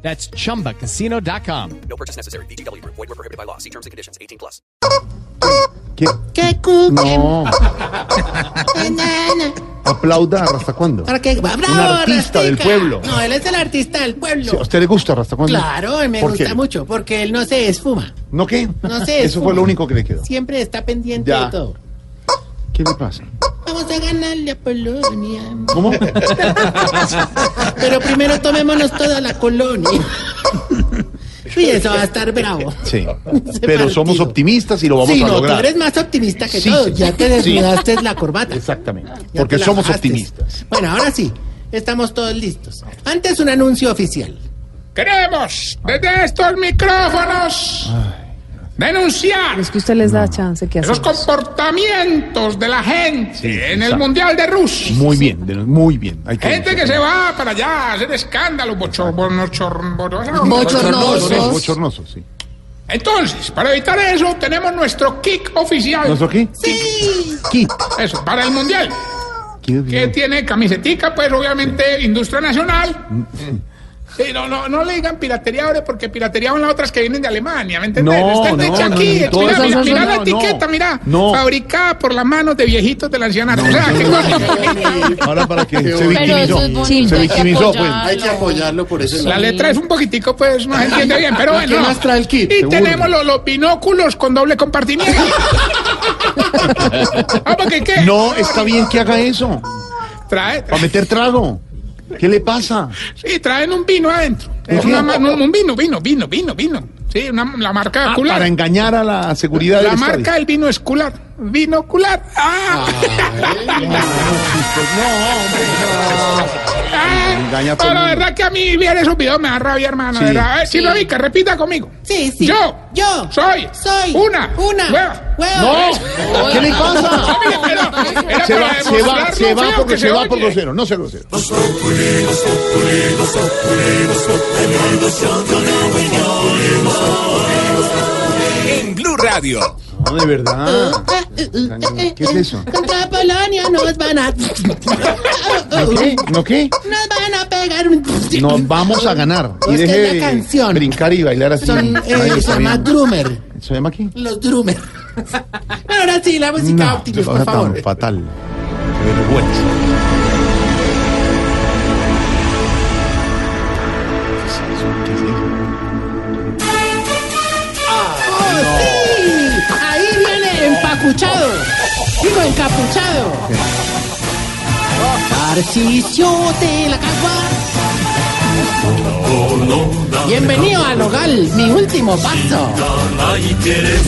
That's chumbacasino.com. No purchase necessary. BGW. Void were prohibited by law. See terms and conditions. 18 plus. ¿Qué? que cuquen No, banana. aplauda a Rastacuando. Para que bravo, Un artista Rastica. del pueblo. No, él es el artista del pueblo. Sí, ¿A usted le gusta Rastacuando? Claro, me ¿Por gusta qué? mucho porque él no se esfuma. ¿No qué? No sé, Eso es fue un- lo único que le quedó. Siempre está pendiente Ya. de todo. ¿Qué le pasa? Vamos a ganarle a Polonia. ¿Cómo? Pero primero tomémonos toda la colonia. Y eso va a estar bravo. Sí. Ese Pero somos partido. optimistas y lo vamos sí, a no, tú lograr. eres más optimista que Sí, todos. sí. Ya te Sí. desnudaste la corbata. Exactamente. Ya Porque te la somos bajaste. optimistas. Bueno, ahora sí, estamos todos listos. Antes un anuncio oficial. Queremos desde estos micrófonos denunciar Es que usted les da chance que los hacen. comportamientos de la gente en el exacto. Mundial de Rusia. Muy bien, de- muy bien. Hay Gente que se va para allá a hacer escándalos bochornos. Bochornosos. Bochornosos. Bochornosos, sí. Entonces, para evitar eso, tenemos nuestro kick oficial. ¿Nuestro qué? Sí. Kit. Eso, para el Mundial. ¿Quién es? Que tiene camisetica, pues obviamente, industria Mm, nacional. Sí, no, no, no le digan piratería ahora porque piratería van las otras que vienen de Alemania, ¿me entendés? No, Está no, hecha no, aquí, no, es- todo mira, eso mira, no, mira la no, etiqueta, no. mira, No. fabricada por las manos de viejitos del ancianato. O sea, qué cosa- Ahora para que se victimizó. eso es Se bonito, hay que victimizó, pues. apoyarlo. que apoyarlo por eso. La letra es un poquitico, pues, no se entiende bien, pero bueno. ¿Qué más trae el kit? Y Seguro. tenemos los, los binóculos con doble compartimiento. ah, porque qué? No, está bien que haga eso. Trae, Para meter trago. ¿Qué le pasa? sí, traen un vino adentro. ¿Un Una qué? ma- un, un vino, vino, vino, vino, vino. Sí, una- la marca Ah, Cular. Para engañar a la seguridad La del estadio. marca del vino es Cular. Vino Cular. ¡Ah! pues Ah, Engaña a todo pero la el mundo. verdad que a mí ver esos videos me da rabia, hermano. Sí. de verdad. A ver, sí, lo vi, que repita conmigo. Sí, sí. Yo. Yo. Soy. Soy. Una. Una. Hueva. Hueva. No, ¿qué le Ah, pasa? mira, pero- era Se para va, se va, demostrar se lo va feo porque que se va por oye. grosero, no sea grosero. En Blue Radio. No, de verdad. ¿Qué es eso? Contra Polonia nos van a. ¿No qué? ¿No qué? Nos van a pegar un. No, vamos a ganar. Y Busquen deje de la canción. brincar y bailar así. Son, eh, Nadie lo está se llama viendo. Drummer. ¿Se llama aquí? Los Drummer. Ahora sí, la música Optimus, por está favor. fatal. Qué vergüenza. ¿Qué es eso? ¿Qué es eso? ¡Oh, sí! Ahí viene empacuchado. Digo, encapuchado. Tarcisio de la Cagua. Bienvenido al Nogal, mi último paso.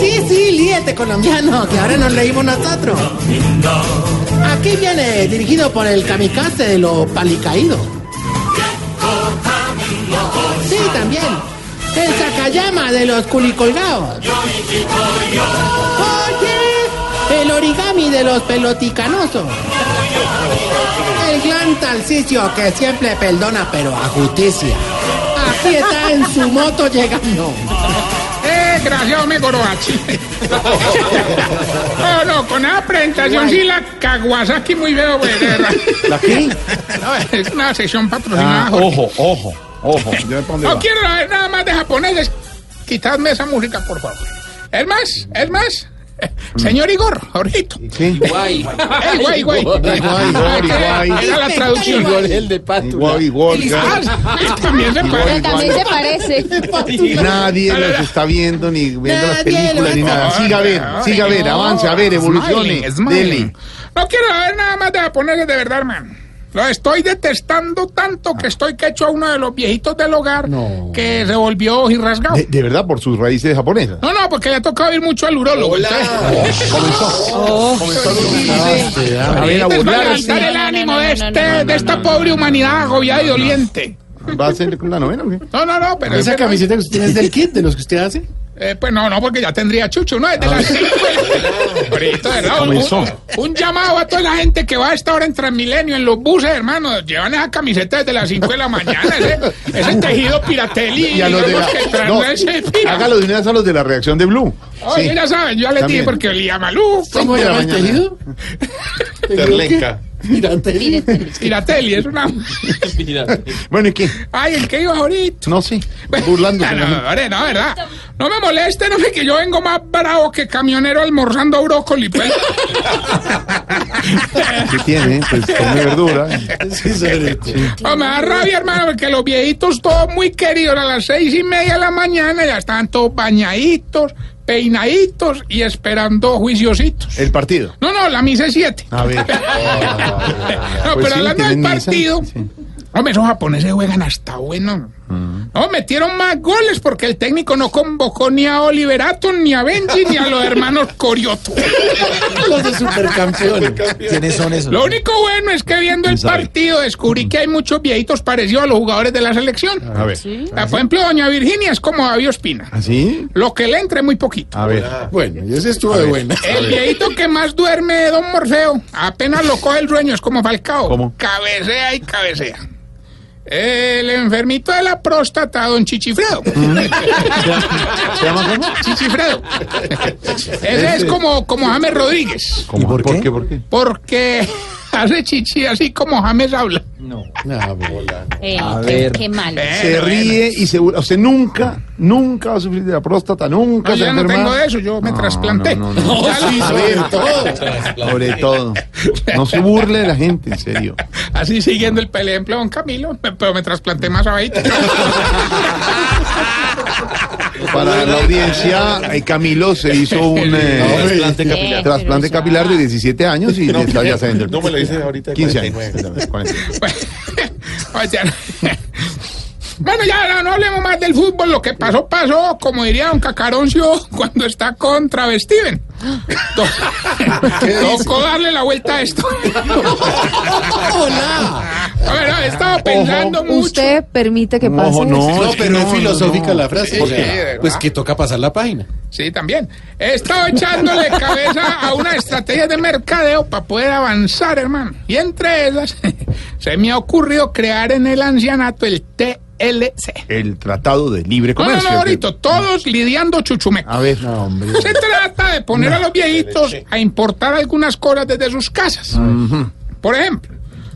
Sí, sí, líete colombiano, que ahora nos leímos nosotros. Aquí viene dirigido por el kamikaze de los palicaídos. Sí, también. El Sakayama de los culicolgados. Oye, el origami de los peloticanosos. El gran Tarcicio que siempre perdona, pero a justicia. Aquí está en su moto llegando. Eh, gracias, me Goroachi. no, no, con esa presentación sí la Kawasaki muy veo, güey, de verdad. ¿La qué? No, es una sesión patrocinada. Ah, Jorge. ojo, ojo, ojo. Ya me pongo no debajo. quiero saber nada más de japoneses. Quitadme esa música, por favor. Es más, es más. Señor Igor, ahorita. ¿Sí? Ey, güey, güey. Igual, igual, igual. Era la traducción. el de Igual, igual, igual. Ah, también se Igual, parece. También se parece. Nadie los está viendo ni viendo las Nadie películas lo ni nada. está- Siga a ver, Ah, Ay, siga a ver, no. avance, a ver, evolucione. Smiling, smiling. Dele. No quiero saber nada más de japoneses de verdad, man. Lo estoy detestando tanto que estoy que hecho a uno de los viejitos del hogar No. que se volvió y rasgado. De, de verdad, por sus raíces japonesas. No, no, porque le ha tocado ir mucho al urólogo. entonces- Oh, A ver, a Entonces, va a burlarse. levantar el No, no, ánimo no, de no, no, no, este, no, de esta no, pobre humanidad agobiada y doliente. ¿Va a hacer la novena o qué? No, no, no, pero... Esa pero- camiseta que usted tiene es del kit, de los que usted hace. Eh, pues no, no, porque ya tendría chucho, ¿no? Desde las cinco de la- Brito, de verdad, un- Ah. Comenzó. Un, un llamado a toda la gente que va a esta hora en Transmilenio, en los buses, hermano. Llevan esa camiseta desde las 5 de la mañana, ese, ese tejido piratelí. Y a los de la- que tras- no, ese pira. hágalo de una vez a los de la reacción de Blue. Oye, ya saben, yo ya les dije También. porque olía maluco. ¿Cómo Cinco de la llama el mañana. tejido? Terlenca. Piratelia. Piratelli, es una. Bueno, ¿y qué? Ay, el que iba ahorita. No, sí. Burlándose. Ah, no, hombre, no, ¿verdad? No me molesten, hombre, que yo vengo más bravo que camionero almorzando brócoli. pues. ¿Qué tiene? Pues come verdura. Oh, me da rabia, hermano, porque los viejitos todos muy queridos a las seis y media de la mañana ya están todos bañaditos, peinaditos y esperando juiciositos. El partido. No, no, la misa es siete. A ver. No, Ah, Pues pero sí, hablando del tienen misa, partido, sí. Mm. hombre, esos japoneses juegan hasta bueno. No, metieron más goles porque el técnico no convocó ni a Oliverato, ni a Benji, ni a los hermanos Corioto. Los de supercampeón. ¿Quiénes son esos? Lo único bueno es que viendo el partido descubrí que hay muchos viejitos parecidos a los jugadores de la selección. A ver. Ah, Por ejemplo, doña Virginia es como David Ospina. ¿Así? Lo que le entre muy poquito. A ver. Ah, Bueno, y ese estuvo de buena. El viejito que más duerme es don Morfeo. Apenas lo coge el sueño, es como Falcao. ¿Cómo? Cabecea y cabecea. El enfermito de la próstata, don Chichifredo. Mm. ¿Se llama cómo? Este. Chichifredo. Ese es como, como James Rodríguez. ¿Cómo? por qué? ¿Por Eh, qué? Porque hace chichi así como James habla. Ah, Eh, A qué, ver. qué mal. Se Bueno, ríe y se burla. Usted nunca, nunca va a sufrir de la próstata, nunca No, se yo ya no enferma. tengo de eso, yo me trasplanté. no, no, no. Ya lo- Sobre todo. No se burle de la gente, en serio. Así siguiendo el pe- ejemplo de don Camilo, me- pero me trasplanté más abajito. Para la audiencia, eh, Camilo se hizo un eh, Trasplante capilar. capilar. trasplante capilar de 17 años y está ya está dentro. No me lo dices ahorita. 15 años. 49. O sea, bueno, ya no, no hablemos más del fútbol. Lo que pasó, pasó, como diría don Cacaroncio cuando está contra Vestiven. Tocó darle la vuelta a esto. A ver, no, he estado pensando mucho. Usted permite que pase Ojo, eso. no, No, pero es filosófica la frase. Sí, o sea, sí, ¿verdad? pues que toca pasar la página. Sí, también. He estado echándole cabeza a una estrategia de mercadeo para poder avanzar, hermano. Y entre esas, se me ha ocurrido crear en el ancianato el TLC. El Tratado de Libre No, no, Comercio. no, ahorita, todos lidiando chuchumeco. Ah. A ver. Se trata de poner a los viejitos a importar algunas cosas desde sus casas. Por ejemplo,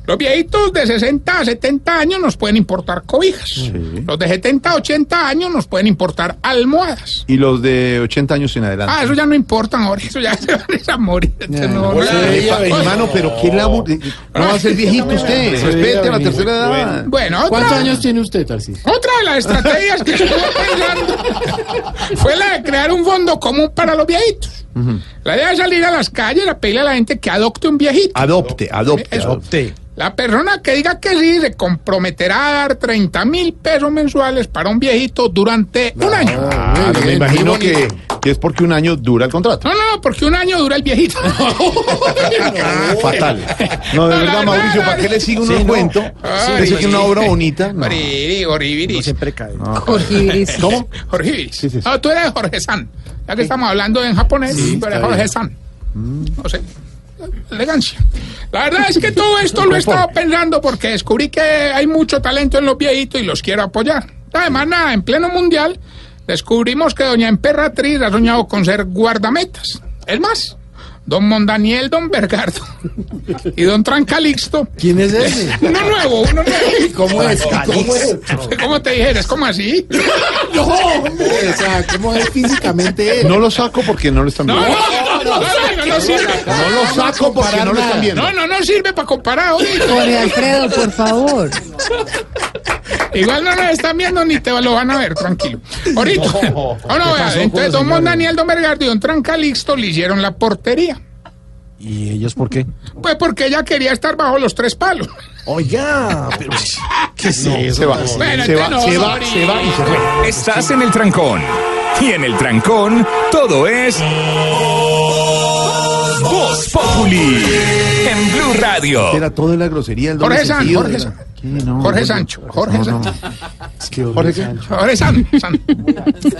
los viejitos de 60 a 70 años nos pueden importar cobijas. Los de 70 a 80 años nos pueden importar almohadas. Y los de 80 años en adelante. Ah, eso ya no importan ahora, eso ya se van a morir. Entonces, no, pues, no, eh, no. ya venía. Hermano, pero qué labor. eh, No va a ser viejito usted. Respete a la tercera edad. Bueno, otra, ¿Cuántos años tiene usted, Tarcís? otra de las estrategias que estuve pensando fue la de crear un fondo común para los viejitos. La idea es salir a las calles y pedirle a la gente que adopte un viejito. Adopte, adopte, adopte. La persona que diga que sí se comprometerá a dar 30 mil pesos mensuales para un viejito durante un año. Ah, no, me imagino que, que es porque un año dura el contrato. No, no, no, porque un año dura el viejito. Ah, Fatal. No, de verdad, Mauricio, ¿para qué le sigue uno el cuento? Dice que una obra bonita. No. Oribiri, Oribiris. Siempre cae. Jorgiris. Ah. ¿Cómo? Jorge Viris. Sí, sí, sí. Ah, tú eres Jorge San. Ya que estamos hablando en japonés, tú eres Jorge San. Mm. No sé. Elegancia. La verdad es que todo esto lo he estado pensando porque descubrí que hay mucho talento en los viejitos y los quiero apoyar. Además, nada, en pleno mundial descubrimos que doña Emperatriz ha soñado con ser guardametas. Es más, don Mondaniel, don Bergardo y don Trancalixto. ¿Quién es ese? Uno nuevo, uno nuevo. ¿Cómo es? ¿Cómo es? ¿Cómo te dijera? Es como así. No, hombre, o sea, ¿cómo es físicamente él? No lo saco porque no lo están No, viendo. no, no, no, no, no, no sirve. No lo saco porque no lo están viendo. No, no, no sirve para comparar, hombre. Jorge Alfredo, por favor. Igual no nos están viendo ni te lo van a ver, tranquilo. Ahorita. No, no, vea, entonces Don Mon Daniel, Don Bergardo y Don Trancalixto le hicieron la portería. ¿Y ellos por qué? Pues porque ella quería estar bajo los tres palos. Oiga, pero ¿qué es Se va, Bueno, se va, entonces se no, va, se va y se fue. Estás en el trancón. Y en el trancón, todo es. Voz Populi en Blue Radio. Era todo en la grosería. El doble Jorge San, sentido, Jorge era- San. ¿Qué? No, Jorge Sancho, Jorge no, no. Sancho. Es que Jorge Jorge, Sancho. Jorge San, San.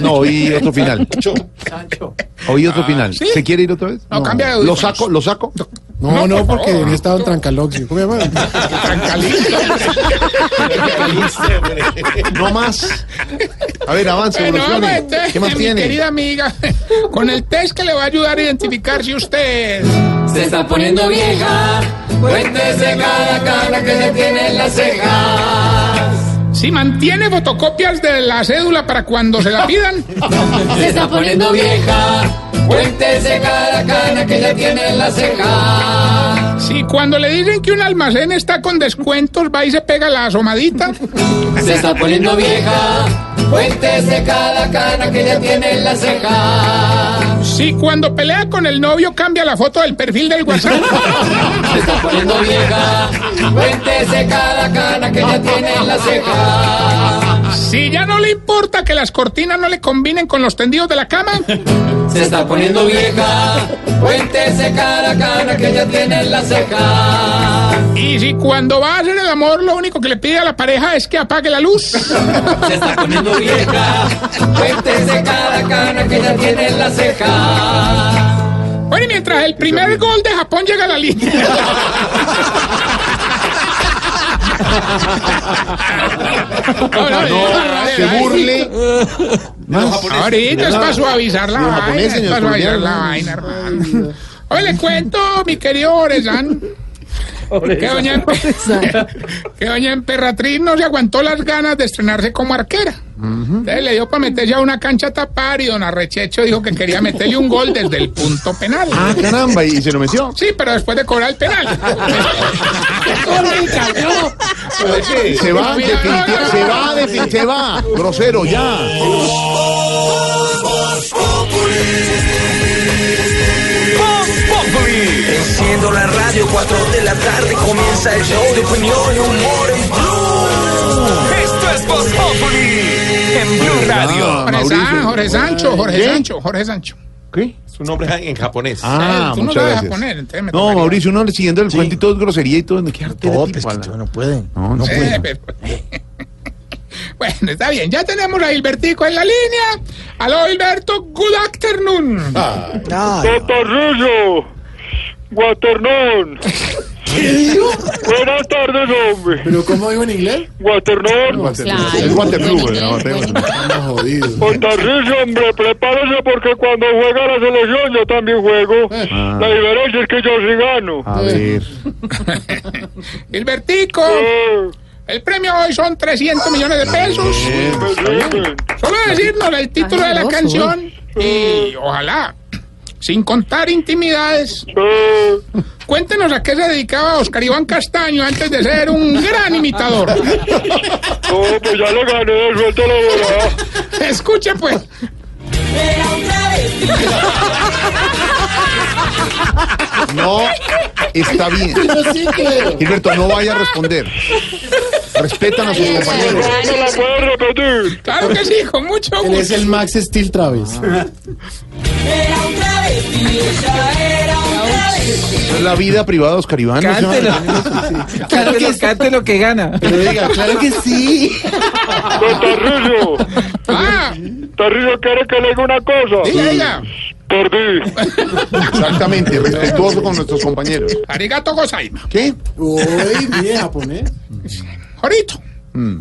No, oí otro final. Oí otro final. Ah, ¿sí? ¿Se quiere ir otra vez? No, cambia de Lo audífonos. saco, lo saco. No, No, no, por porque favor. debería estar en Trancaloxio. ¿Cómo se llama? No más. A ver, avance, Bueno, vamos evolucione. entonces, ¿Qué más mi tiene? querida amiga, con el test que le va a ayudar a identificar si usted Se está poniendo vieja. Cuéntese cada cara que le tiene en las cejas. si mantiene fotocopias de la cédula para cuando se la pidan, Se está poniendo vieja. Cuéntese cada cara que le tiene en las cejas. si cuando le dicen que un almacén está con descuentos va y se pega la asomadita, Se está poniendo vieja. Cuéntese cada cara que le tiene en las cejas. si cuando pelea con el novio cambia la foto del perfil del WhatsApp, Se está poniendo vieja. Cuéntese cada cara que le tiene en las cejas. si ya no le importa que las cortinas no le combinen con los tendidos de la cama, Se está poniendo vieja. Cuéntese cada cara que ya tiene en las cejas. y si cuando va a hacer el amor lo único que le pide a la pareja es que apague la luz. Se está poniendo vieja. Cuéntese cada cara que ya tiene en las cejas. Bueno, y mientras el primer gol de Japón llega a la línea. Ahora, ahora, Se ahora, burle. Más. Ah, Ahorita es para suavizar la Los vaina. japoneses, es señor para suavizar colombiano. la vaina, hermano. Hoy le cuento, mi querido Orezán. Que doña, Empe- que doña Emperatriz no se aguantó las ganas de estrenarse como arquera. Entonces le dio para meterse a una cancha a tapar y don Arrechecho dijo que quería meterle un gol desde el punto penal. Ah, caramba, y se lo metió. Sí, pero después de cobrar el penal. Se va, Mira, definitiva- no, no, no. se va, defin- se va. Grosero, ya. Voz Populi. Enciendo la radio, 4 de la tarde comienza el show de opinión y humor en Blue. Esto es Voz Populi en Blue Ah, Radio. Jorge, Mauricio. San- Jorge Sancho, Jorge ¿Qué? Sancho, Jorge Sancho. ¿Qué? Su nombre es en japonés. Ah, Tú no muchas sabes gracias. japonés, entonces me no, tocaría. Mauricio, uno le siguiendo el cuento y todo es grosería y todo. ¿Qué arte de No, tipo, pues que Alan? yo no pueden. No, no Eh, puede. pero- pues. Bueno, está bien, ya tenemos a Hilbertico en la línea. Aló, Hilberto, good afternoon. Ah. Cotorrillo, Guaternón. Buenas tardes, hombre. ¿Pero cómo digo en inglés? Guaternón, El Waterloo, güey, no, tengo- Estamos jodidos. Cotorrillo, hombre, prepárese porque cuando juega la selección yo también juego. Ah. La diferencia es que yo sí gano. A ver. Hilbertico, Eh, el premio hoy son 300 millones de pesos. me sirven. Solo decirnos el título de la Ay, canción y ojalá, sin contar intimidades, Eh, cuéntenos a qué se dedicaba Oscar Iván Castaño antes de ser un gran imitador. no, pues ya le gané, suelta la bola. Escuche pues. No, está bien. Yo sí creo. Gilberto, no vaya a responder. Respetan a sus compañeros. No me la puedes repetir. Claro que sí, con mucho Él es gusto. el Max Steel Travis. Esa es la vida privada de Oscar Iván. ¿no? Claro que cante lo que gana. Pero diga, claro que sí. Cotorrillo, Ah, Cotorrillo Pues quiere que le diga una cosa. diga, diga. Perdí. Exactamente, respetuoso con nuestros compañeros. Arigato gozaima. ¿Qué? Uy, mire, japonés. Jorito. Mm.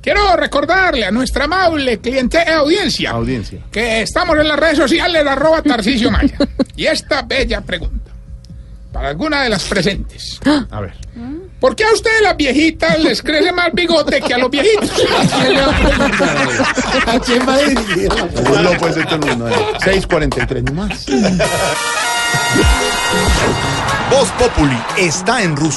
Quiero recordarle a nuestra amable cliente eh, audiencia Audiencia. que estamos en las redes sociales arroba Tarcisio Maya. y esta bella pregunta, para alguna de las presentes. A ver. ¿Por qué a ustedes las viejitas les crece más bigote que a los viejitos? ¿A quién va a dirigir? No puede ser tan bueno. 6.43, no más. Voz Populi está en Rusia.